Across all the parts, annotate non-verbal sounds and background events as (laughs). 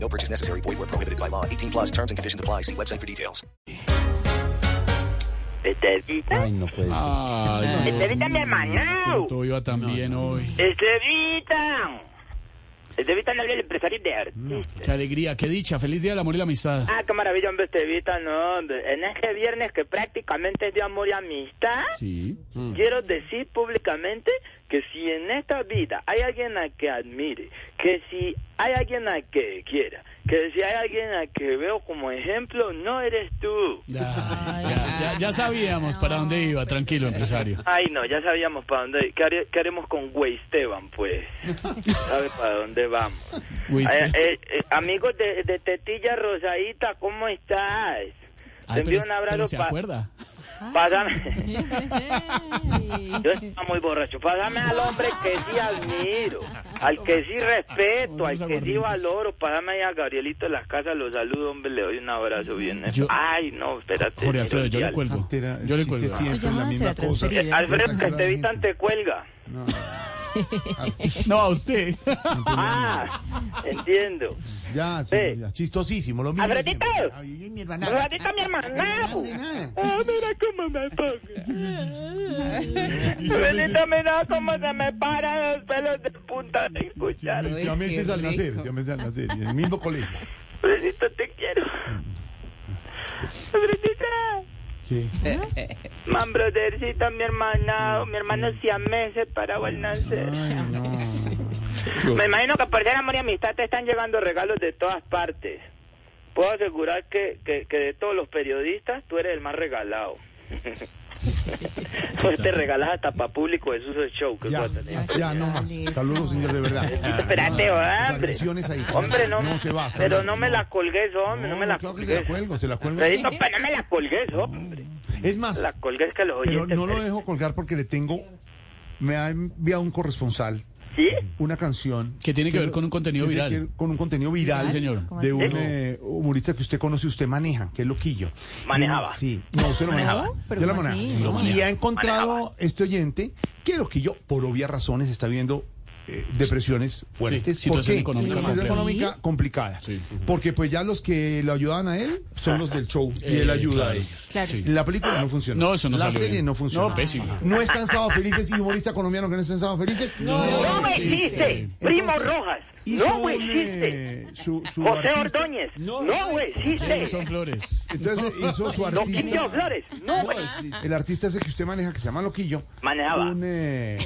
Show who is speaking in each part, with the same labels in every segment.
Speaker 1: No purchase necessary. Void where prohibited by law. 18 plus terms and conditions apply. See website for details.
Speaker 2: Esterita,
Speaker 3: Ay, no puede ser.
Speaker 4: Ay,
Speaker 2: Esterita, mi hermano.
Speaker 4: no, iba también hoy.
Speaker 2: Esterita. Esterita no habla el empresario de artistas.
Speaker 4: Qué alegría, qué dicha. Feliz día del amor y la amistad.
Speaker 2: Ah, qué maravilla, hombre, Estevita, no, hombre. En este viernes que prácticamente es de amor y amistad,
Speaker 4: Sí.
Speaker 2: quiero decir públicamente que si en esta vida hay alguien a que admire, que si hay alguien a que quiera, que si hay alguien a que veo como ejemplo, no eres tú.
Speaker 4: Ay, ya, ya- ya sabíamos para dónde iba. Tranquilo, empresario.
Speaker 2: Ay, no, ya sabíamos para dónde. ¿Qué, haré- qué haremos con Güey Esteban,
Speaker 4: (laughs)
Speaker 2: pues? ¿Sabe para dónde vamos?
Speaker 4: Güey
Speaker 2: Ay,
Speaker 4: Esteban.
Speaker 2: eh, eh, amigos de, de Tetilla Rosadita, ¿cómo estás? Te
Speaker 4: Ay,
Speaker 2: envío
Speaker 4: pero,
Speaker 2: un abrazo
Speaker 4: pero se
Speaker 2: pa-
Speaker 4: acuerda.
Speaker 2: Pásame.
Speaker 4: (laughs)
Speaker 2: Yo estaba muy borracho. Pásame al hombre que sí admiro, al que sí respeto, al
Speaker 4: Vamos a
Speaker 2: que sí
Speaker 4: aguardientes.
Speaker 2: valoro. Pásame ahí a Gabrielito de las casas, lo saludo, hombre, le doy un abrazo bien.
Speaker 4: Yo-
Speaker 2: Ay, no, espérate.
Speaker 4: Jorge Alfredo,
Speaker 2: miro
Speaker 4: yo le
Speaker 2: el
Speaker 4: cuelgo.
Speaker 3: Altera,
Speaker 4: Yo le
Speaker 3: existe
Speaker 4: cuelgo.
Speaker 3: siempre la misma cosa.
Speaker 2: dial. Eh, Alfredo, que te evitan te cuelga.
Speaker 4: No, a usted.
Speaker 2: Ah, entiendo.
Speaker 3: Ya, sí,
Speaker 2: Ve.
Speaker 3: ya, chistosísimo, lo mismo.
Speaker 2: ¡Alfredito!
Speaker 3: siempre. Ay, ay, mi hermana.
Speaker 2: ¡Rosadita, mi hermana!
Speaker 3: No, de nada.
Speaker 2: Ah, mira cómo me pongo. Benito, mira cómo se me paran los pelos de punta de escuchar.
Speaker 3: Se llama meses al nacer, se llama meses al nacer, en el mismo colegio.
Speaker 2: Benito, te quiero. Benita.
Speaker 3: ¿Qué?
Speaker 2: Man, brothercito, mi hermana, mi hermano siamese para al nacer. Me imagino que por ser amor y amistad te están llevando regalos de todas partes. Puedo asegurar que, que, que de todos los periodistas tú eres el más regalado. Pues te regalas hasta para público de Suso Show. Que
Speaker 3: Ya,
Speaker 2: voy a tener.
Speaker 3: ya, no más. Hasta luego, señor, de verdad.
Speaker 2: Espérate,
Speaker 3: Las
Speaker 2: hombre.
Speaker 3: agresiones ahí.
Speaker 2: Hombre, no,
Speaker 3: No se va, hasta
Speaker 2: pero
Speaker 3: luego.
Speaker 2: no me la colgues, hombre, no, me la
Speaker 3: claro que se
Speaker 2: colgues.
Speaker 3: la cuelgo, se la cuelgo.
Speaker 2: Alfredito, pues, no me la colgues, hombre.
Speaker 3: Es más,
Speaker 2: La este colgues que los oyentes.
Speaker 3: pero no lo dejo colgar porque le tengo. Me ha enviado un corresponsal
Speaker 2: ¿Sí?
Speaker 3: una canción.
Speaker 4: Que tiene que ver con un contenido
Speaker 3: que tiene
Speaker 4: viral.
Speaker 3: que ver con un contenido viral.
Speaker 4: Sí, señor.
Speaker 3: De un eh, humorista que usted conoce, usted maneja, que es loquillo.
Speaker 2: Manejaba.
Speaker 3: Y- sí, no, usted lo manejaba. Usted lo maneja. Y ha encontrado
Speaker 2: Manejaba.
Speaker 3: este oyente que loquillo, por obvias razones, está viendo eh, depresiones fuertes.
Speaker 4: Sí,
Speaker 3: ¿Por
Speaker 4: situación
Speaker 3: qué?
Speaker 4: económica
Speaker 3: Situación
Speaker 4: compleja.
Speaker 3: económica complicada.
Speaker 4: Sí.
Speaker 3: Porque pues ya los que lo ayudan a él son los del show y él
Speaker 4: Eh,
Speaker 3: ayuda a
Speaker 4: claro.
Speaker 3: ellos.
Speaker 4: Claro. Sí.
Speaker 3: La película no funcionó.
Speaker 4: No, eso no
Speaker 3: La
Speaker 4: salió
Speaker 3: serie
Speaker 4: bien.
Speaker 3: no funcionó.
Speaker 4: No, pésimo.
Speaker 3: No están sábado felices y humorista colombiano que no están sábado felices.
Speaker 2: No me existe, primo Rojas. No me
Speaker 3: un,
Speaker 2: existe.
Speaker 3: eh, su, su
Speaker 2: José
Speaker 3: artista-
Speaker 2: Ordóñez. No existe.
Speaker 4: Son flores.
Speaker 3: Entonces hizo su
Speaker 2: Don
Speaker 3: artista.
Speaker 2: Quinteo Flores. No existe.
Speaker 3: El artista ese que usted maneja, que se llama Loquillo.
Speaker 2: Manejaba.
Speaker 3: un, eh,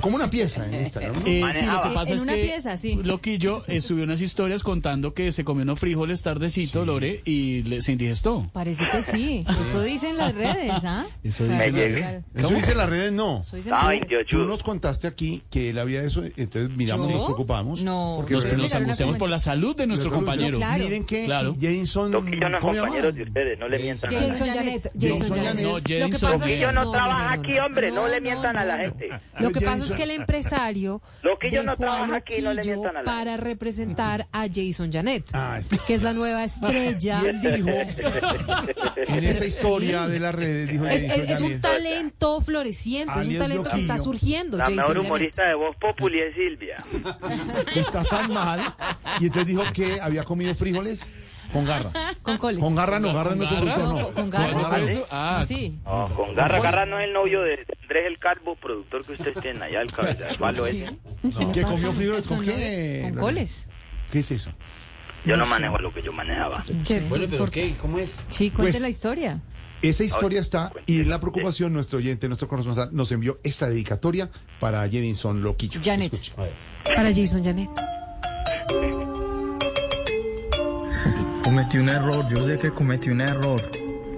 Speaker 3: como una pieza en Instagram. ¿no?
Speaker 4: Eh, sí,
Speaker 5: Ah,
Speaker 2: Manejaba.
Speaker 4: lo que pasa
Speaker 6: En
Speaker 4: es
Speaker 6: una
Speaker 4: que
Speaker 6: pieza, sí.
Speaker 4: Loquillo eh, subió unas historias contando que se comió unos frijoles tardecito, Lore, y le- se indigestó.
Speaker 6: Parece que sí. Eso dicen las redes, ¿ah?
Speaker 4: Eso
Speaker 2: Me
Speaker 4: dice la-
Speaker 2: llegué.
Speaker 6: Claro.
Speaker 3: Eso dice las redes, no.
Speaker 6: Eso dicen las
Speaker 2: Ay,
Speaker 6: redes.
Speaker 2: Dios
Speaker 3: Tú
Speaker 2: mío.
Speaker 3: nos contaste aquí que él había eso, entonces miramos,
Speaker 6: ¿Yo?
Speaker 3: nos preocupamos.
Speaker 6: No.
Speaker 3: porque
Speaker 4: Nos,
Speaker 6: Pero
Speaker 4: nos
Speaker 6: era una
Speaker 4: angustiamos por la salud de nuestro
Speaker 3: Salud,
Speaker 4: compañero.
Speaker 6: No, claro.
Speaker 3: Miren que
Speaker 4: Claro.
Speaker 3: Jason.
Speaker 2: Loquillo no es
Speaker 3: ¿cómo se
Speaker 2: compañero de
Speaker 3: llama?
Speaker 2: ustedes, no le mientan a la gente.
Speaker 5: Jason Janet.
Speaker 3: Jason
Speaker 5: Jason
Speaker 3: Janet.
Speaker 5: Janet.
Speaker 4: No,
Speaker 3: Lo
Speaker 5: Lo que
Speaker 4: Jason,
Speaker 5: pasa es
Speaker 2: Loquillo
Speaker 5: que-
Speaker 4: Janet.
Speaker 5: no,
Speaker 2: no
Speaker 5: no,
Speaker 2: trabaja
Speaker 5: no,
Speaker 2: aquí,
Speaker 5: no.
Speaker 2: hombre, no
Speaker 5: No,
Speaker 2: le
Speaker 5: no,
Speaker 2: mientan a la
Speaker 5: no, (laughs)
Speaker 2: gente.
Speaker 5: Lo que pasa
Speaker 3: Jason.
Speaker 5: es que
Speaker 2: (laughs)
Speaker 5: el empresario
Speaker 2: Loquillo no
Speaker 5: dejó a
Speaker 2: trabaja aquí, no le
Speaker 5: Loquillo
Speaker 2: mientan a la
Speaker 5: para representar a Jason Janet,
Speaker 3: Ah, es-
Speaker 5: que es la nueva estrella.
Speaker 3: Y él dijo, en esa historia de las redes, dijo
Speaker 5: Es,
Speaker 3: Jason
Speaker 5: es- es un
Speaker 3: Janet,
Speaker 5: talento floreciente, es un
Speaker 3: Alias
Speaker 5: talento que
Speaker 3: Loquillo.
Speaker 5: está surgiendo.
Speaker 2: La
Speaker 5: Jason
Speaker 2: mejor
Speaker 5: Janet.
Speaker 2: humorista de voz populi es Silvia.
Speaker 3: está tan mal. Y entonces dijo que había comido frijoles con garra.
Speaker 2: Ah.
Speaker 6: Con coles.
Speaker 3: Con garra no, garra no es un
Speaker 4: garra?
Speaker 3: producto, no. ¿Eh?
Speaker 6: No, con- con
Speaker 4: ¿Cómo
Speaker 6: garra.
Speaker 4: fue eso? Ah,
Speaker 6: Sí.
Speaker 2: No, con Garra. Garra no es el novio de Andrés el Calvo, productor que ustedes tienen allá, el cabeza de palo ese.
Speaker 3: ¿Qué comió frijoles con
Speaker 6: Eso no-
Speaker 3: qué?
Speaker 6: Con
Speaker 3: Lorena?
Speaker 6: coles.
Speaker 3: ¿Qué es eso?
Speaker 2: Yo no manejo lo que yo manejaba.
Speaker 6: ¿Qué?
Speaker 7: Bueno, pero ¿qué? ¿Cómo es?
Speaker 6: Sí, cuente
Speaker 3: Pues-
Speaker 6: la historia.
Speaker 3: Esa historia está y en la
Speaker 2: cuéntenos.
Speaker 3: preocupación nuestro oyente, nuestro corresponsal nos envió esta dedicatoria para Jedinson Loquillo.
Speaker 6: Janet.
Speaker 3: Escuche.
Speaker 5: Para Jason Janet.
Speaker 8: Cometí un error, yo sé que cometí un error.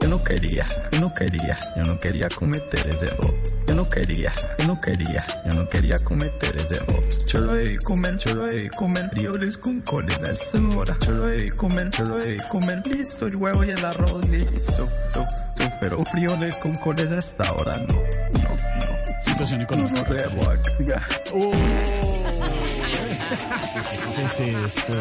Speaker 7: Yo no quería, yo no quería, yo no quería cometer ese error. Yo no quería, yo no quería, yo no quería cometer ese error. Yo lo debí comer, yo lo debí comer. Frijoles con col y salsa mora. Yo lo debí comer, yo lo debí comer. Listo, el huevo y el arroz, listo. so, so. Pero frijoles con col es hasta ahora no, no, no.
Speaker 4: Situación económica.
Speaker 7: No rebo acá.
Speaker 4: ¿Qué es esto?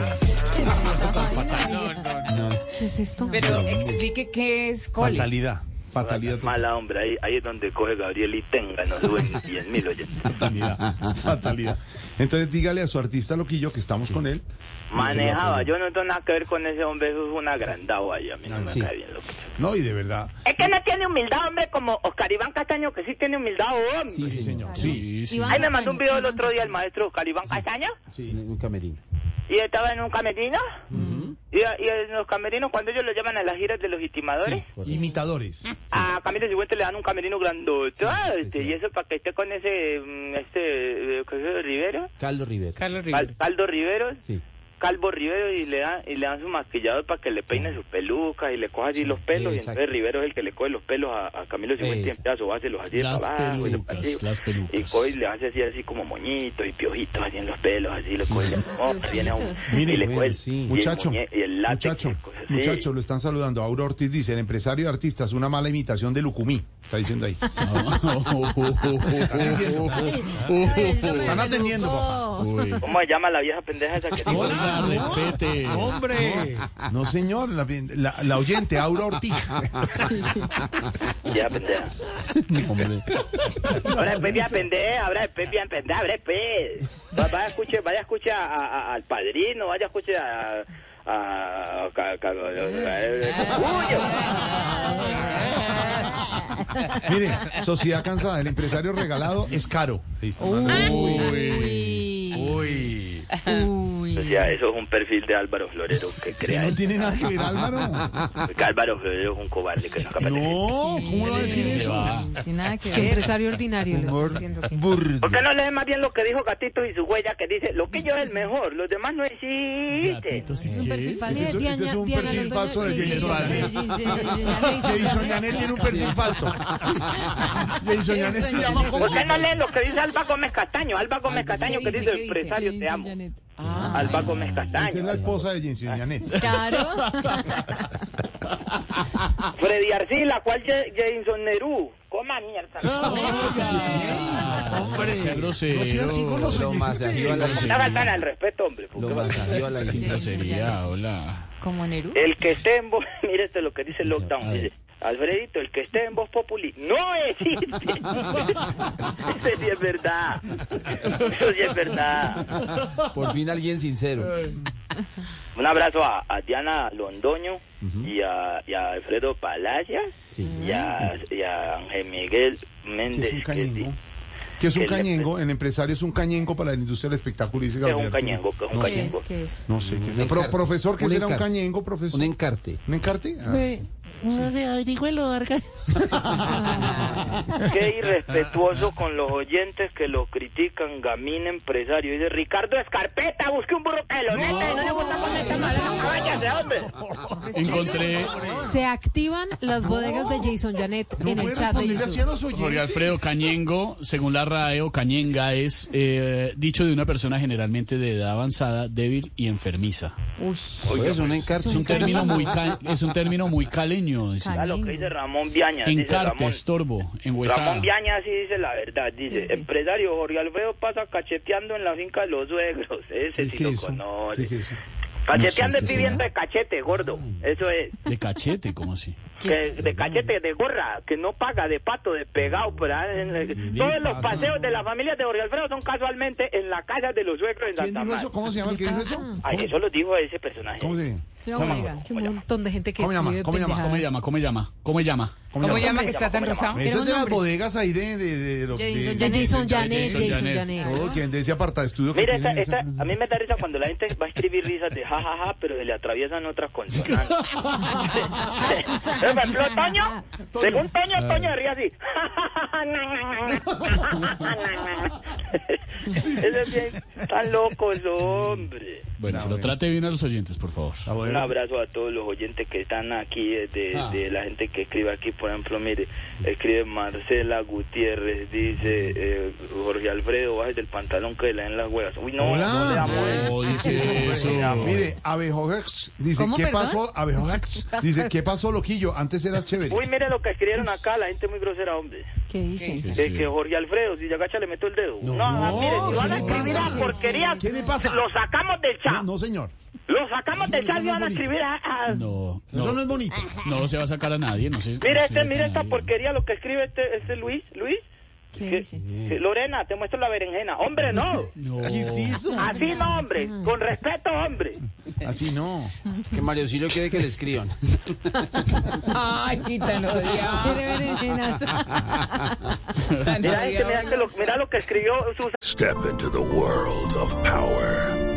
Speaker 5: ¿Qué es esto?
Speaker 8: Pero explique qué es coles.
Speaker 3: Fatalidad. Fatalidad.
Speaker 2: Mala hombre, ahí, ahí es donde coge Gabriel y tenga, no suben 10 mil oyentes.
Speaker 3: Fatalidad. Fatalidad. Entonces dígale a su artista Loquillo que estamos con él.
Speaker 2: Manejaba, yo no tengo nada que ver con ese hombre, eso es una grandao ahí, a mí no, me cae bien lo que...
Speaker 3: No, y de verdad.
Speaker 2: Es que no tiene humildad, hombre, como Oscar Iván Castaño, que sí tiene humildad, hombre.
Speaker 3: Sí, señor. Sí.
Speaker 2: Ahí me mandó un video el otro día el maestro Oscar Iván Castaño,
Speaker 9: Un camerino.
Speaker 2: y estaba en un camerino, y, y en los camerinos, cuando ellos lo llaman a las giras de los estimadores,
Speaker 3: Imitadores.
Speaker 2: a Camilo Cifuentes le dan un camerino grandote, y eso para que esté con ese, mm, este, eh, ¿qué es eso, Rivero,
Speaker 9: Carlos Rivera.
Speaker 8: Carlos
Speaker 2: Cal-
Speaker 8: Rivera.
Speaker 2: Caldo Riveros,
Speaker 9: Sí.
Speaker 2: Calvo Rivero y le dan y le dan su maquillador para que le peine su peluca y le coja así los pelos y
Speaker 9: exacto.
Speaker 2: entonces Rivero es el que le coge los pelos a, a Camilo Cifuentes y
Speaker 9: Exacto.
Speaker 2: empieza a sobáselos así de
Speaker 4: Las
Speaker 2: para abajo, y lo
Speaker 4: pelucas,
Speaker 2: así.
Speaker 4: las pelucas.
Speaker 2: y coge y le hace así así como moñitos y piojitos así en los pelos así le coge y le moja, viene a un-
Speaker 8: Piojitos.
Speaker 2: y
Speaker 3: Mire,
Speaker 2: le coge el-
Speaker 9: sí.
Speaker 2: y el
Speaker 3: Muchacho,
Speaker 2: muñe- y el látex y
Speaker 3: muchacho,
Speaker 2: cosas así.
Speaker 3: muchacho, lo están saludando. Aura Ortiz dice, el empresario de artistas, una mala imitación de Lucumí. Está diciendo
Speaker 5: (laughs)
Speaker 3: ahí. Lo están atendiendo, papá.
Speaker 2: ¿Cómo se llama la vieja pendeja esa que dijo?
Speaker 4: Oiga, respete.
Speaker 3: ¡Hombre! No, señor, la, la- la oyente, Aura Ortiz.
Speaker 2: (laughs)
Speaker 5: (laughs)
Speaker 2: Vieja pendeja. Ahora después vieja pendeja, ahora después vieja pendeja, ahora después. Va- Vaya a escuchar, vaya a escuchar a- a- al padrino, vaya a escuchar a... a- a- a- a-
Speaker 3: Mire, sociedad cansada, el empresario regalado es caro. Listo,
Speaker 4: Uy.
Speaker 2: O sea, eso es un perfil de Álvaro Florero que
Speaker 3: Que
Speaker 2: crea
Speaker 3: no
Speaker 2: eso.
Speaker 3: tiene nada que ver, Álvaro.
Speaker 2: Porque Álvaro Florero es un cobarde que no es capaz de...
Speaker 3: No, ¿cómo va a decir
Speaker 4: ¿Qué
Speaker 3: eso?
Speaker 4: va?
Speaker 6: Sin nada que ver.
Speaker 5: Empresario ordinario. le estoy diciendo que-
Speaker 3: Burdo.
Speaker 2: ¿Por qué no lees más bien lo que dijo Gatito y su huella que dice, lo que yo es el mejor, los demás no existen?
Speaker 4: Gatito, sí
Speaker 6: Es un perfil
Speaker 4: que-
Speaker 6: falso.
Speaker 3: Ese es- ese es un
Speaker 5: Diana
Speaker 3: perfil
Speaker 5: Londoño-
Speaker 3: falso de
Speaker 5: Sí,
Speaker 3: Jason
Speaker 5: sí,
Speaker 4: Janet.
Speaker 5: sí, sí, sí, sí, Janet.
Speaker 3: Jason Janet tiene un perfil falso. Jason Janet se llama como...
Speaker 2: ¿Por qué no lees lo que dice Alba Gómez Castaño? Alba Gómez Castaño que
Speaker 5: dice?
Speaker 2: dice,
Speaker 5: ¿Qué dice?
Speaker 2: empresario, te amo.
Speaker 6: Janet.
Speaker 2: Alba Gómez
Speaker 3: Esa es la
Speaker 2: Castaño.
Speaker 3: esposa de Jason Janet.
Speaker 6: Ah. Claro.
Speaker 2: Freddy Arcila, ¿cuál Ye- Jason Nerú? Coma mierda.
Speaker 4: Hombre, sea grosero.
Speaker 3: No sea así con los
Speaker 9: Lo masajeo a la
Speaker 2: Está
Speaker 9: señora.
Speaker 2: faltando al respeto, hombre. ¿por
Speaker 9: Lo
Speaker 2: qué va a-
Speaker 9: masajeo a la
Speaker 4: Sin
Speaker 9: señora.
Speaker 4: grosería, hola.
Speaker 6: Como Neru.
Speaker 2: El que esté en vos... (laughs) Mire esto es lo que dice el
Speaker 9: A
Speaker 2: Lockdown.
Speaker 9: ver.
Speaker 2: Dice, Alfredito, el que esté en Voz Populi no existe. (laughs) Eso sí es verdad. Eso sí es verdad.
Speaker 9: Por fin alguien sincero.
Speaker 2: Un abrazo a, a Diana Londoño y, a, y a Alfredo Palacias y, a, y a Ángel Miguel
Speaker 3: Que es
Speaker 2: Méndez. que sí,
Speaker 3: un cañengo. Que es un
Speaker 2: El
Speaker 3: cañengo, el empresario es un cañengo para la industria del espectáculo, dice
Speaker 2: que es
Speaker 3: Gabriel.
Speaker 2: un
Speaker 3: Arturo.
Speaker 2: cañengo, que es un
Speaker 3: No
Speaker 6: ¿Qué es?
Speaker 3: sé.
Speaker 2: cañengo.
Speaker 6: ¿Qué es?
Speaker 3: No sé qué es.
Speaker 9: Un
Speaker 3: Pro-
Speaker 9: encarte.
Speaker 3: profesor, ¿qué
Speaker 9: Un
Speaker 3: será un
Speaker 9: encarte.
Speaker 3: cañengo, profesor?
Speaker 9: Un encarte.
Speaker 3: ¿Un encarte? Ah.
Speaker 2: Qué irrespetuoso con los oyentes que lo critican, gamín empresario. Dice Ricardo Escarpeta, busque un burro que lo meta y no le gusta con esta mala. Váyase, hombre.
Speaker 4: Encontré
Speaker 5: Se activan las bodegas de Jason Janet
Speaker 3: No
Speaker 5: en el
Speaker 3: puede
Speaker 5: chat de
Speaker 3: responderle así a
Speaker 5: YouTube.
Speaker 3: los oyentes.
Speaker 4: Jorge Alfredo Cañengo, según la RAE o Cañenga, es eh, dicho de una persona generalmente de edad avanzada, débil y enfermiza.
Speaker 6: Uy.
Speaker 9: Pues, un encarte.
Speaker 4: Es un término muy, ca- es un término muy caleño. dice.
Speaker 2: A lo que dice Ramón Viaña. dice
Speaker 4: Encarte,
Speaker 2: Ramón.
Speaker 4: estorbo, enguesada.
Speaker 2: Ramón Viaña sí dice la verdad, dice,
Speaker 6: Sí, sí.
Speaker 2: empresario Jorge Alfredo pasa cacheteando en la finca de los suegros, ese sí
Speaker 3: ¿Qué
Speaker 2: lo
Speaker 3: es eso?
Speaker 2: conoce.
Speaker 3: ¿Qué es eso?
Speaker 2: Cacheteando
Speaker 4: No sé,
Speaker 2: es
Speaker 4: ¿qué
Speaker 2: viviendo
Speaker 4: será?
Speaker 2: de cachete, gordo, eso es,
Speaker 4: De cachete, como (laughs) así.
Speaker 2: que de cachete, de gorra, que no paga, de pato, de pegado, por ahí en la- todos los
Speaker 3: pasa?
Speaker 2: paseos de las familias de Jorge Alfredo son casualmente en la casa de los suegros en
Speaker 3: ¿Quién
Speaker 2: Santa
Speaker 3: dijo
Speaker 2: Marta.
Speaker 3: eso? ¿Cómo se llama el que dijo eso?
Speaker 5: Ah.
Speaker 2: Ay, eso lo dijo ese personaje.
Speaker 3: ¿Cómo se llama?
Speaker 5: Es una bodega. Es un montón de gente que
Speaker 3: ¿Cómo llama?
Speaker 5: escribe
Speaker 3: ¿Cómo llama?
Speaker 4: ¿Cómo
Speaker 5: pendejadas.
Speaker 4: llama? ¿Cómo llama? ¿Cómo llama?
Speaker 8: ¿Cómo llama que
Speaker 2: llama?
Speaker 8: está tan
Speaker 2: ¿Cómo llama?
Speaker 8: rosado?
Speaker 3: Eso es
Speaker 6: Tenemos
Speaker 3: de las
Speaker 6: nombres.
Speaker 3: bodegas ahí de... de, de, los- de-
Speaker 6: Jason
Speaker 3: de-
Speaker 6: Janet.
Speaker 5: pues, Jason Janet,
Speaker 4: Jason
Speaker 5: Jason
Speaker 4: Janet.
Speaker 5: Janet.
Speaker 3: Todo quien de ese aparta de estudio que
Speaker 2: Mira, esta,
Speaker 3: tienen esa-
Speaker 2: esta- a mí me da risa cuando la gente va a escribir risas de jajaja, pero se le atraviesan otras
Speaker 3: (laughs)
Speaker 2: consonantes. Por ejemplo, Toño, según Toño, Toño ríe
Speaker 3: (laughs)
Speaker 2: así. (laughs) Eso es bien, tan locos, hombre.
Speaker 4: Bueno,
Speaker 2: Ah,
Speaker 4: pero
Speaker 2: bueno.
Speaker 4: trate bien a los oyentes, por favor.
Speaker 2: Un abrazo a todos los oyentes que están aquí, eh, de,
Speaker 4: Ah.
Speaker 2: de la gente que escribe aquí, por ejemplo, mire, escribe Marcela Gutiérrez, dice eh, Jorge Alfredo, baje del pantalón que le den las huevas. Uy, no, no le damos.
Speaker 4: Ah, No dice eso.
Speaker 3: Mire, Abejogex dice,
Speaker 2: ¿Cómo,
Speaker 3: ¿qué
Speaker 2: perdón?
Speaker 3: pasó? Abejogex dice, ¿qué pasó, loquillo? Antes eras chévere.
Speaker 2: Uy, mire lo que escribieron acá, la gente muy grosera, hombre.
Speaker 5: ¿Qué
Speaker 2: dicen?
Speaker 3: dicen?
Speaker 2: que Jorge Alfredo, si Gacha le meto el dedo. No, ah, mire, si van a escribir a porquería, lo sacamos del chat.
Speaker 3: No, señor.
Speaker 2: Lo sacamos del chat y van a escribir a... a-
Speaker 4: No, no. Eso no es bonito. No se va a sacar a nadie, no sé.
Speaker 2: Mira este, mira esta porquería lo que escribe este, este Luis, Luis. que- que, Lorena, te muestro la berenjena. Hombre, no.
Speaker 9: ¿Qué es eso?
Speaker 2: Así no, hombre. Con respeto, hombre.
Speaker 9: Así no. Que Mario Silio quiere que le escriban.
Speaker 8: Ay, quítalo de
Speaker 2: Mira, este, mira, este lo, mira lo que escribió Susana.
Speaker 10: Step into the world of power,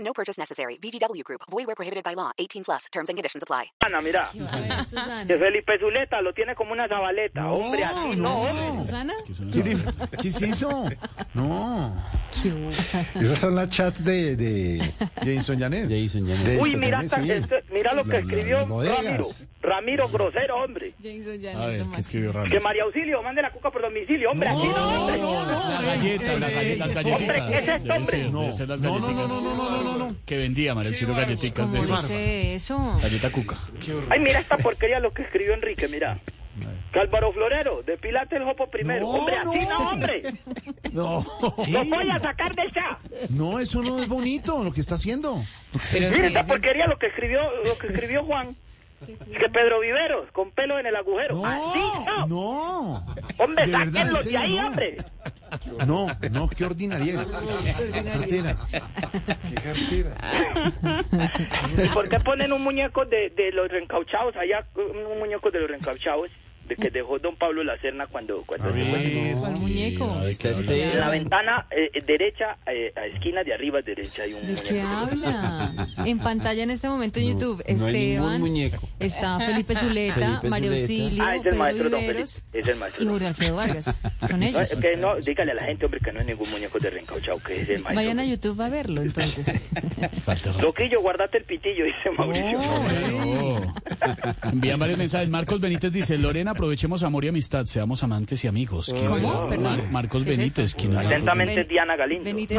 Speaker 11: No purchase necessary. VGW Group. Void where prohibited by law. 18 plus. Terms and conditions apply.
Speaker 2: mira. Que Felipe Zuleta lo tiene como una zabaleta. hombre, así no, hombre.
Speaker 6: ¿Susana?
Speaker 3: ¿Qué es eso? No.
Speaker 12: Esas son las chats de, de
Speaker 3: Jason Janet.
Speaker 12: Jason
Speaker 2: Uy, mira, esta- este- mira lo que
Speaker 12: La-
Speaker 2: escribió
Speaker 12: las bodegas.
Speaker 2: Ramiro. Ramiro, grosero, hombre.
Speaker 4: A ver, ¿qué escribió Ramos?
Speaker 2: Que María Auxilio mande la cuca por domicilio, hombre. aquí no, hombre.
Speaker 4: Las galletas, las galletas, las
Speaker 2: Hombre,
Speaker 4: galletitas.
Speaker 2: ¿qué es esto,
Speaker 4: Debe
Speaker 2: hombre?
Speaker 4: ser, debe ser las galletitas. Que vendía María Auxilio galletitas de
Speaker 5: ¿Cómo
Speaker 4: esas.
Speaker 5: dice eso?
Speaker 4: Galleta cuca.
Speaker 2: Ay, mira esta porquería lo que escribió Enrique, mira. Que Álvaro Florero, depilate el jopo primero.
Speaker 3: No,
Speaker 2: hombre, así
Speaker 3: no.
Speaker 2: no, hombre.
Speaker 3: No.
Speaker 2: Lo voy a sacar del chat.
Speaker 3: No, eso no es bonito lo que está haciendo. Lo que está
Speaker 2: Mira
Speaker 3: haciendo.
Speaker 2: esta porquería lo que escribió, lo que escribió Juan. Que Pedro Viveros, con pelo en el agujero. así no.
Speaker 3: No.
Speaker 2: Hombre,
Speaker 3: De verdad,
Speaker 2: sáquenlo de
Speaker 3: en serio,
Speaker 2: ahí,
Speaker 3: no.
Speaker 2: hombre.
Speaker 3: No, no, qué ordinaria es.
Speaker 2: ¿Y por qué ponen un muñeco de, de los reencauchados allá? Un muñeco de los reencauchados de que dejó don Pablo la Serna cuando...
Speaker 3: Ah,
Speaker 2: cuando
Speaker 6: muñeco?
Speaker 2: En la ventana eh, eh, derecha, eh, a esquina de arriba derecha hay un
Speaker 6: ¿De
Speaker 2: muñeco.
Speaker 6: qué habla? En pantalla en este momento en YouTube, Esteban,
Speaker 2: muñeco.
Speaker 6: está Felipe Zuleta,
Speaker 2: Felipe
Speaker 6: Mario
Speaker 2: Zuleta.
Speaker 6: Auxilio,
Speaker 2: Ah, es el
Speaker 6: Pedro
Speaker 2: maestro, don
Speaker 6: Viveros
Speaker 2: Felipe. Es el maestro.
Speaker 6: y Jorge Alfredo Vargas. Son
Speaker 2: No,
Speaker 6: ellos.
Speaker 2: es que no, dígale a la gente, hombre, que no es ningún muñeco de reencauchado, que es el maestro.
Speaker 6: Vayan a YouTube a verlo,
Speaker 2: (laughs)
Speaker 6: entonces.
Speaker 2: Loquillo, guardate el pitillo, dice Mauricio.
Speaker 4: Envían varios mensajes. Marcos Benítez dice, Lorena, aprovechemos amor y amistad, seamos amantes y amigos. ¿Quién
Speaker 2: ¿Cómo?
Speaker 4: será?
Speaker 2: Perdón.
Speaker 4: Mar- Marcos
Speaker 2: ¿Qué es
Speaker 4: Benítez. ¿quién es Marcos
Speaker 2: Atentamente,
Speaker 4: Benítez?
Speaker 2: Diana Galindo.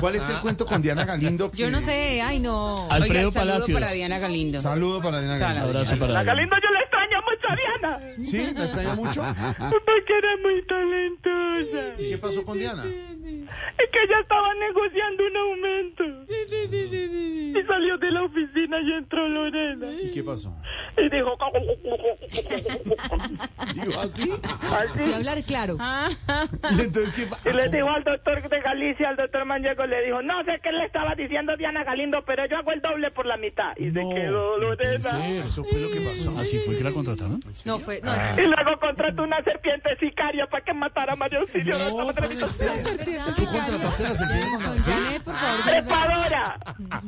Speaker 4: (laughs)
Speaker 3: ¿Cuál es el cuento con Diana Galindo?
Speaker 6: Yo no sé, ay no.
Speaker 3: Alfredo
Speaker 8: saludo
Speaker 3: Palacios.
Speaker 8: para Diana Galindo.
Speaker 3: Saludo para Diana Galindo.
Speaker 8: Saludo.
Speaker 3: Abrazo para Diana.
Speaker 2: Galindo, yo la extraño mucho a Diana.
Speaker 3: ¿Sí? ¿La extraña mucho?
Speaker 2: Porque era muy talentosa.
Speaker 3: ¿Qué pasó con Diana?
Speaker 2: Es que ella estaba negociando un aumento. Y salió de la oficina y entró Lorena.
Speaker 3: ¿Y qué pasó?
Speaker 2: Y dijo...
Speaker 3: ¿Digo así?
Speaker 2: Así.
Speaker 6: Y hablar claro.
Speaker 3: (laughs)
Speaker 8: Ah,
Speaker 3: ¿Y entonces qué pasó?
Speaker 2: Y le dijo al doctor de Galicia, al doctor Mañeco, le dijo, no sé qué le estaba diciendo Diana Galindo, pero yo hago el doble por la mitad. Y se quedó Lorena.
Speaker 3: Eso fue lo que pasó.
Speaker 4: ¿Así Ah, fue que la contrataron?
Speaker 6: No fue, no, es
Speaker 3: Ah.
Speaker 2: Y luego contrató una serpiente sicaria para que matara a María Auxilio. No,
Speaker 3: pues, ¿Tú contrataste a la serpiente?
Speaker 6: Janet, por favor.
Speaker 2: ¡Trepadora!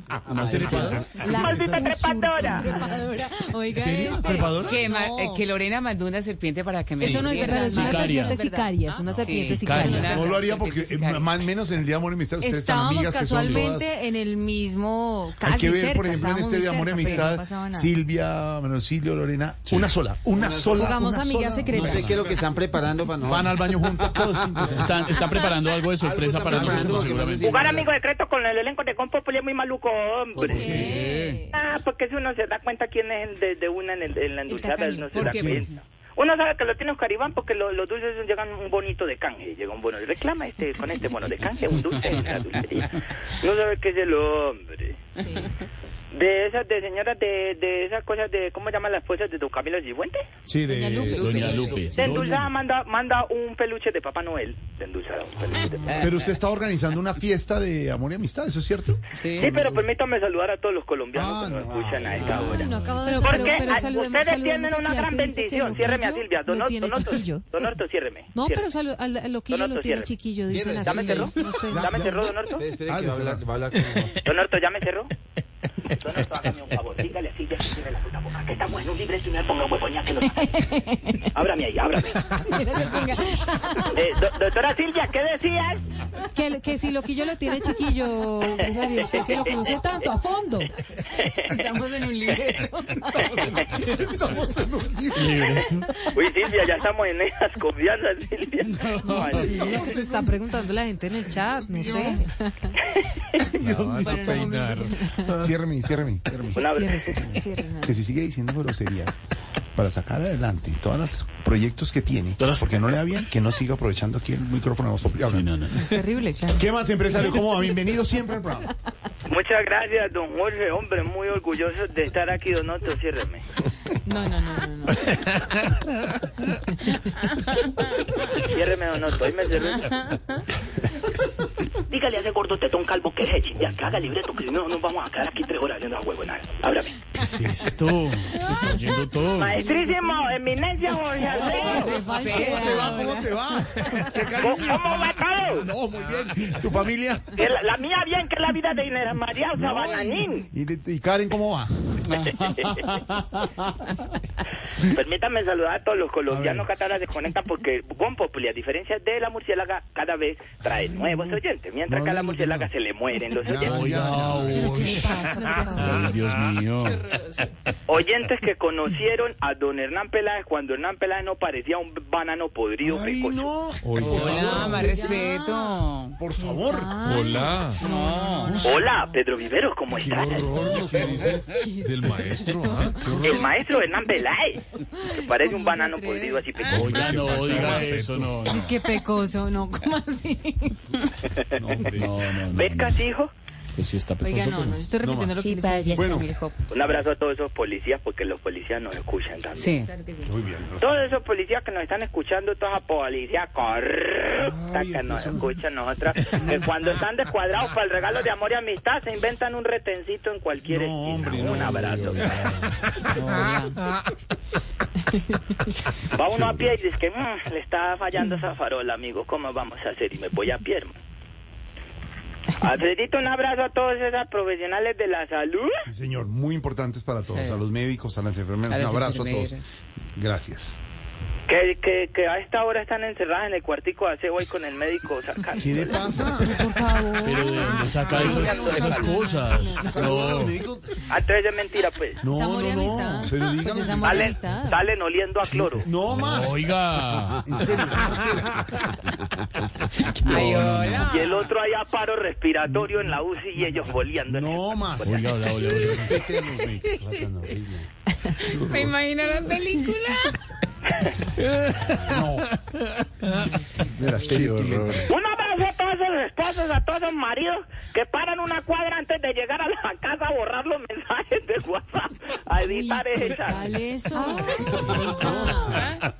Speaker 3: Ah,
Speaker 4: ¿Una serpiente?
Speaker 2: ¡Maldita trepadora!
Speaker 6: trepadora. Oiga,
Speaker 3: ¿Serio?
Speaker 6: este.
Speaker 3: ¿Trepadora?
Speaker 8: Que, ma-
Speaker 6: No.
Speaker 8: eh, que Lorena mandó una serpiente para que me
Speaker 6: Eso no es
Speaker 8: mordiera.
Speaker 6: verdad, es una
Speaker 3: Sicaria.
Speaker 6: serpiente sicaria, es una serpiente
Speaker 8: Sí,
Speaker 6: sicaria.
Speaker 3: No lo haría porque, eh, más menos en el Día de Amor y Amistad, ustedes tan
Speaker 6: Estábamos
Speaker 3: amigas que son todas.
Speaker 6: casualmente en el mismo casi
Speaker 3: Hay que ver,
Speaker 6: cerca,
Speaker 3: por ejemplo, en
Speaker 6: estábamos
Speaker 3: este
Speaker 6: muy
Speaker 3: de Amor y
Speaker 6: cerca, pero no
Speaker 3: Amistad,
Speaker 6: pasaba nada.
Speaker 3: Silvia, Manosilio, Lorena, una sola, una sola.
Speaker 6: Jugamos
Speaker 3: una
Speaker 6: amigas
Speaker 3: sola.
Speaker 6: secretas.
Speaker 9: No sé qué es lo que están preparando para no.
Speaker 3: Van al baño juntas, (laughs) todos cinco.
Speaker 4: Están, están preparando algo de sorpresa para nosotros, seguramente.
Speaker 2: Jugar amigo secreto con el elenco de Compo Poli es muy maluco, hombre. Ah, porque si uno se da cuenta quién es el de, de una en, el- en la endulzada,
Speaker 8: tacaño.
Speaker 2: no se
Speaker 8: ¿Por
Speaker 2: da
Speaker 8: qué?
Speaker 2: cuenta. Uno sabe que lo tiene Oscar Iván porque lo- los dulces llegan un bonito de canje. Llega un bono y reclama este, con este bono de canje, un dulce en la dulcería. No sabe qué es el hombre. De esas, de señoras, de, de esas cosas de, ¿cómo llaman las esposas de Don Camilo Cifuente?
Speaker 3: Sí, de
Speaker 4: Doña Lupe.
Speaker 2: De endulzada manda, manda un peluche de Papá Noel. De endulzada, un peluche de Papá
Speaker 3: Pero usted está organizando una fiesta de amor y amistad, ¿eso es cierto?
Speaker 2: Sí, pero permítame saludar a todos los colombianos que nos escuchan a esta hora.
Speaker 5: de-
Speaker 2: Porque
Speaker 5: Ah,
Speaker 2: a-
Speaker 5: pero- pero saludemos-
Speaker 2: ustedes
Speaker 5: saludemos
Speaker 2: tienen
Speaker 5: a
Speaker 2: una
Speaker 5: Pilar,
Speaker 2: gran
Speaker 5: que dice que
Speaker 2: bendición.
Speaker 5: lo
Speaker 2: Ciérreme a
Speaker 5: tuyo
Speaker 2: Silvia. Don
Speaker 5: lo
Speaker 2: Or-
Speaker 5: tiene
Speaker 2: Don Orto,
Speaker 5: chiquillo.
Speaker 2: Don Orto, ciérreme.
Speaker 5: No,
Speaker 2: ciérreme.
Speaker 5: pero salu- al, al loquillo
Speaker 2: Don Orto,
Speaker 5: lo tiene
Speaker 2: cierre.
Speaker 5: chiquillo, dice la
Speaker 2: ¿Ya me cerró?
Speaker 6: (laughs)
Speaker 5: No sé.
Speaker 2: ¿Ya me cerró, Don Orto?
Speaker 9: Espere Ah, que va a hablar, va a hablar
Speaker 3: (laughs)
Speaker 2: Don Orto, ¿ya me cerró? Don Orto, hágame un favor. Dígale así, ya tiene la puta boca. Que estamos en un libre y me ponga huevoña que lo
Speaker 5: (laughs)
Speaker 2: Ábrame ahí, ábrame. Eh, do- doctora Silvia, ¿qué decías?
Speaker 5: Que, que si loquillo lo tiene chiquillo, empresario, usted que lo conoce tanto a fondo.
Speaker 8: Estamos en un libreto.
Speaker 3: (laughs) Estamos en un
Speaker 2: (laughs) Uy, Silvia, ya estamos en esas confianzas, Silvia.
Speaker 5: Sí, lo que se está preguntando la gente en el chat, no sé.
Speaker 3: (laughs) Dios mío, peinar. Ciérreme, ciérreme, ciérreme.
Speaker 2: Un abra-
Speaker 5: Cierre, cierre, cierre.
Speaker 3: Que si sigue diciendo groserías para sacar adelante todos los proyectos que tiene, porque no le da bien, que no siga aprovechando aquí el micrófono. de Voz Populi. Habla.
Speaker 5: Es terrible, claro.
Speaker 3: ¿Qué más, empresario? ¿Cómo va? Bienvenido siempre al programa.
Speaker 2: Muchas gracias, don Jorge. Hombre, muy orgulloso de estar aquí, don Otto. Ciérreme.
Speaker 8: No, no, no, no. no.
Speaker 2: Ciérreme, don Otto. Ahí me cerró. Dígale a ese gordo tetón calvo que se eche. Ya que haga libreto, que si no, nos vamos a quedar aquí tres horas haciendo huevo. Ábrame.
Speaker 4: ¿Qué es esto? Se está oyendo todo.
Speaker 2: Maestrísimo, eminencia, (laughs) Jorge Alfredo.
Speaker 3: ¿Cómo te va? ¿Cómo te va?
Speaker 2: (laughs)
Speaker 3: ¿Qué cariño?
Speaker 2: ¿Cómo va todo?
Speaker 3: No, muy bien. ¿Tu familia?
Speaker 2: Que la, la mía bien, que la vida de Inés María Sabananín.
Speaker 3: ¿Y, y- y Karen cómo va?
Speaker 2: (laughs) Permítame saludar a todos los colombianos que hasta ahora se conectan porque Bon Populi, a diferencia de la murciélaga, cada vez trae nuevos oyentes, mientras que a la murciélaga se le mueren los oyentes.
Speaker 4: Oiga, uy. Ay, Dios mío.
Speaker 2: Oyentes que conocieron a don Hernán Peláez cuando Hernán Peláez no parecía un banano podrido. pecocho.
Speaker 8: Hola, más respeto.
Speaker 3: Por favor.
Speaker 5: Ah.
Speaker 13: Hola.
Speaker 8: No.
Speaker 2: Hola, Pedro Viveros, ¿cómo estás? (laughs)
Speaker 13: Del maestro, ¿ah?
Speaker 2: El maestro Hernán Peláez, que parece un banano podrido así pecocho.
Speaker 4: Oiga, no diga eso, no. no.
Speaker 8: Es que pecoso, ¿no? ¿Cómo así?
Speaker 4: No, no, no.
Speaker 2: ¿Becas, hijo?
Speaker 4: Pues sí está pecoso.
Speaker 8: Oiga, no,
Speaker 4: pero-
Speaker 8: no, yo estoy repitiendo lo que
Speaker 14: Sí,
Speaker 8: me está
Speaker 14: vaya,
Speaker 8: diciendo
Speaker 14: está
Speaker 8: Mil Hop.
Speaker 2: Un abrazo a todos esos policías porque los policías nos escuchan también.
Speaker 8: Sí.
Speaker 3: Muy bien.
Speaker 2: Todos esos policías que nos están escuchando, toda esa policía corrupta que nos escuchan nosotras,
Speaker 3: (laughs)
Speaker 2: que cuando están descuadrados para el regalo de amor y amistad, se inventan un retencito en cualquier esquina. un abrazo. Va uno a pie y dice que "Mm, le está fallando esa farola, amigo. ¿Cómo vamos a hacer? Y me voy a pie, hermano. Alfredito, un abrazo a todos esos profesionales de la salud.
Speaker 3: Sí, señor, muy importantes para todos,
Speaker 2: Sí.
Speaker 3: a los médicos, a las enfermeras.
Speaker 2: A
Speaker 3: Un
Speaker 2: las
Speaker 3: abrazo a todos.
Speaker 2: enfermeras.
Speaker 3: Gracias.
Speaker 2: Que, que, que a esta hora están encerradas en el cuartico de aseo ahí con el médico sacando.
Speaker 3: ¿Qué le pasa?
Speaker 5: (laughs) Por favor.
Speaker 4: Pero de dónde saca esas, esas cosas.
Speaker 2: Ah,
Speaker 4: No.
Speaker 2: Entonces es mentira, pues.
Speaker 3: No,
Speaker 5: amor y
Speaker 3: no, no.
Speaker 5: amistad.
Speaker 3: Pero
Speaker 5: Pues
Speaker 3: dígame.
Speaker 5: es amor y
Speaker 3: Vale.
Speaker 5: amistad.
Speaker 2: Salen oliendo a cloro.
Speaker 3: No más.
Speaker 9: Ah,
Speaker 4: Oiga.
Speaker 3: En serio.
Speaker 8: Ay, hola.
Speaker 2: Y el otro allá paro respiratorio en la UCI y ellos boleando.
Speaker 3: No más.
Speaker 4: Oiga, hola, hola, hola.
Speaker 8: Me imagino la película.
Speaker 3: Mira, sí, estoy inventando.
Speaker 2: Un abrazo a todos los esposos, a todos los maridos que paran una cuadra antes de llegar a la casa a borrar los mensajes de WhatsApp, a editar esas.
Speaker 6: ¿Cuál es eso?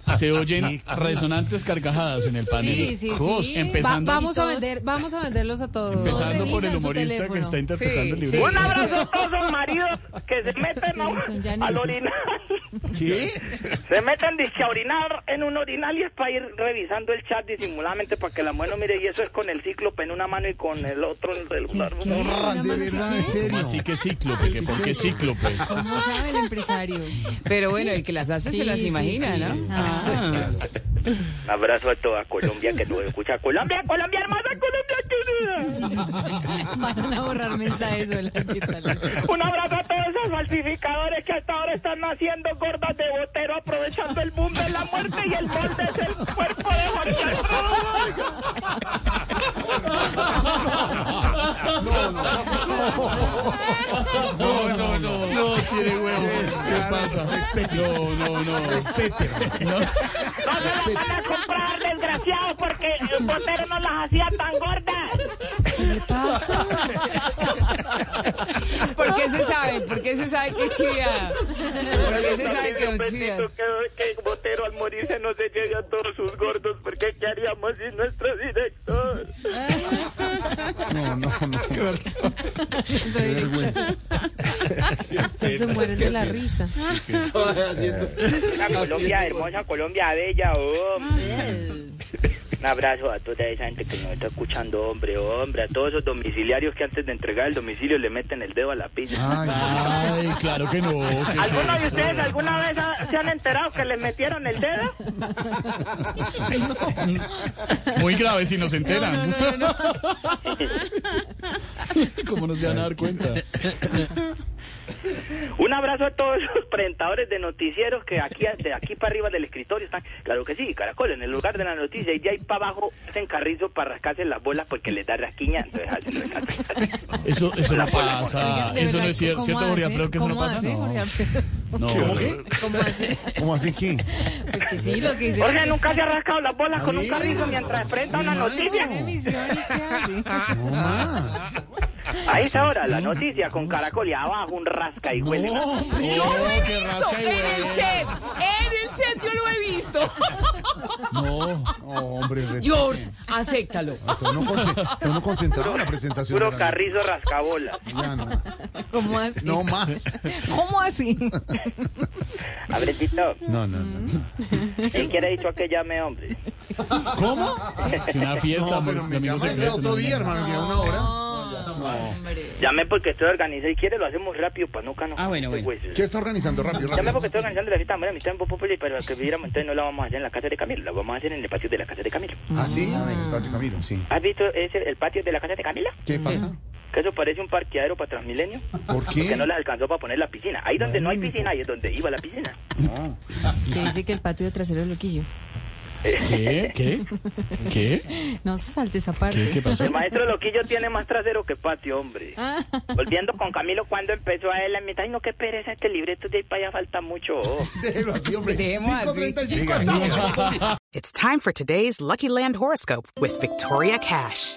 Speaker 4: Ah, Se oyen resonantes carcajadas en el panel.
Speaker 8: Sí, sí, sí.
Speaker 5: Va-
Speaker 4: Empezando,
Speaker 5: vamos a vender, vamos a venderlos a todos.
Speaker 4: empezando
Speaker 5: Revisan
Speaker 4: por el
Speaker 5: su
Speaker 4: humorista que
Speaker 5: teléfono.
Speaker 4: está interpretando el
Speaker 8: Sí,
Speaker 4: libro.
Speaker 8: sí.
Speaker 2: Un abrazo a todos los maridos que se meten a,
Speaker 8: Jason Janis.
Speaker 2: al orinar.
Speaker 3: ¿Qué?
Speaker 2: Se meten disque a orinar en un orinal y es para ir revisando el chat disimuladamente para que la mujer no mire. Y eso es con el cíclope en una mano y con el otro en el celular.
Speaker 3: Ah, de verdad, en
Speaker 4: ¿Cómo
Speaker 3: serio.
Speaker 4: así que pues, cíclope? ¿Que ¿Por qué cíclope? (laughs)
Speaker 6: ¿Cómo sabe el empresario?
Speaker 8: Pero bueno, el que las hace
Speaker 6: Sí,
Speaker 8: se las
Speaker 6: sí,
Speaker 8: imagina,
Speaker 6: sí.
Speaker 8: ¿no?
Speaker 5: (laughs)
Speaker 6: Ah.
Speaker 2: Un abrazo a toda Colombia que nos escucha. Colombia, Colombia hermosa, Colombia querida.
Speaker 6: Van a borrar mensajes. Hola, ¿qué tal?
Speaker 3: (laughs)
Speaker 2: Un abrazo a todos esos falsificadores que hasta ahora están naciendo gordas de botero aprovechando el boom de la muerte y el molde es el cuerpo de Jorge Alfredo.
Speaker 4: No, no, no. No tiene huevos. ¿Qué pasa? No, no, no.
Speaker 3: Respete.
Speaker 4: No.
Speaker 2: No se las van a comprar, desgraciados, porque el Botero no las hacía tan gordas.
Speaker 8: ¿Qué pasa? ¿Por qué se sabe? ¿Por qué se sabe que es chiviada? ¿Por qué se sabe que es chiviada?
Speaker 2: que, que Botero al morirse no se llegue a todos sus gordos, porque ¿qué haríamos sin nuestro director?
Speaker 3: No, no, no. Qué vergüenza.
Speaker 5: Se mueren de la risa.
Speaker 2: Esa Colombia, hermosa Colombia, bella, hombre. Un abrazo a toda esa gente que nos está escuchando, hombre, hombre. A todos esos domiciliarios que antes de entregar el domicilio le meten el dedo a la pizza.
Speaker 3: Ah.
Speaker 4: Ay, claro que no. ¿qué es
Speaker 2: ¿Alguno de
Speaker 4: eso?
Speaker 2: ustedes alguna vez ha- se han enterado que le metieron el dedo?
Speaker 4: Muy grave si nos enteran. (laughs) ¿Cómo no se van a dar cuenta?
Speaker 2: Un abrazo a todos (laughs) los presentadores de noticieros que aquí, de aquí para arriba del escritorio están. Claro que sí, Caracol, en el lugar de la noticia. Y de ahí para abajo hacen carrizo para rascarse las bolas porque les da rasquiña. Entonces hacen rascarse.
Speaker 4: Eso, eso no
Speaker 2: Oigan,
Speaker 4: pasa.
Speaker 2: de
Speaker 4: Eso no
Speaker 2: verdad,
Speaker 4: es cier-
Speaker 2: ¿cómo
Speaker 4: cierto,
Speaker 2: hace?
Speaker 4: Jorge Alfredo, que eso no
Speaker 2: ¿Cómo
Speaker 4: pasa.
Speaker 2: hace,
Speaker 4: No.
Speaker 2: Jorge Alfredo?
Speaker 4: No,
Speaker 3: ¿Cómo qué?
Speaker 5: (laughs) ¿Cómo así?
Speaker 3: ¿Cómo así qué?
Speaker 5: Pues que sí, lo que
Speaker 2: (laughs)
Speaker 5: dice.
Speaker 2: Jorge nunca se ha rascado las bolas con un carrizo mientras presenta una noticia.
Speaker 3: Ah,
Speaker 2: Ahí está ahora la noticia con Caracol y abajo un rasca y huele.
Speaker 8: Yo lo he visto
Speaker 4: rasca y
Speaker 8: en el
Speaker 4: huele.
Speaker 8: set. En el set yo lo he visto.
Speaker 3: No, hombre, respete.
Speaker 8: George, acéptalo.
Speaker 3: Esto no, conce- no, no concentrado en la presentación.
Speaker 2: Puro
Speaker 3: de la-
Speaker 2: carrizo rascabola.
Speaker 3: Ya no.
Speaker 8: ¿Cómo así?
Speaker 5: (laughs)
Speaker 3: No más.
Speaker 8: ¿Cómo así?
Speaker 2: Abretito,
Speaker 3: No, no, no.
Speaker 2: ¿quién quiere dicho a que llame, hombre?
Speaker 3: ¿Cómo?
Speaker 4: Es una fiesta.
Speaker 3: No, pero
Speaker 4: amor,
Speaker 3: me
Speaker 4: domingo
Speaker 3: llama
Speaker 4: secreto,
Speaker 3: otro
Speaker 4: no,
Speaker 3: día,
Speaker 4: no,
Speaker 3: hermano,
Speaker 4: no.
Speaker 3: me queda una hora.
Speaker 2: Llame porque estoy organizado y quiere lo hacemos rápido para no cano. Ah, bueno, bueno.
Speaker 3: ¿Qué está organizando? Rápido,
Speaker 2: Llame
Speaker 3: rápido.
Speaker 2: porque estoy organizando la fiesta de la amistad en Populi, pero que viéramos entonces no la vamos a hacer en la casa de Camilo, la vamos a hacer en el patio de la casa de Camilo.
Speaker 3: ¿Ah, sí? Pati Camilo, sí.
Speaker 2: ¿Has visto ese, el patio de la casa de Camila?
Speaker 3: ¿Qué pasa?
Speaker 2: Que eso parece un parqueadero para Transmilenio.
Speaker 3: ¿Por qué?
Speaker 2: Porque no les alcanzó para poner la piscina. Ahí donde no hay piscina, ahí es donde iba la piscina.
Speaker 3: No.
Speaker 5: Que dice que el patio trasero es loquillo.
Speaker 4: ¿Qué? ¿Qué? ¿Qué?
Speaker 5: No se salte esa parte.
Speaker 4: ¿Qué- qué pasó?
Speaker 2: El maestro Loquillo tiene más trasero que patio, hombre. Volviendo con Camilo cuando empezó a él la mitad. Ay, no, qué pereza este libreto de ahí para allá falta mucho. oh.
Speaker 3: (laughs) Déjelo así, hombre.
Speaker 8: Dejemos así.
Speaker 3: 5.35
Speaker 8: Venga.
Speaker 3: estamos.
Speaker 15: It's time for today's Lucky Land horoscope with Victoria Cash.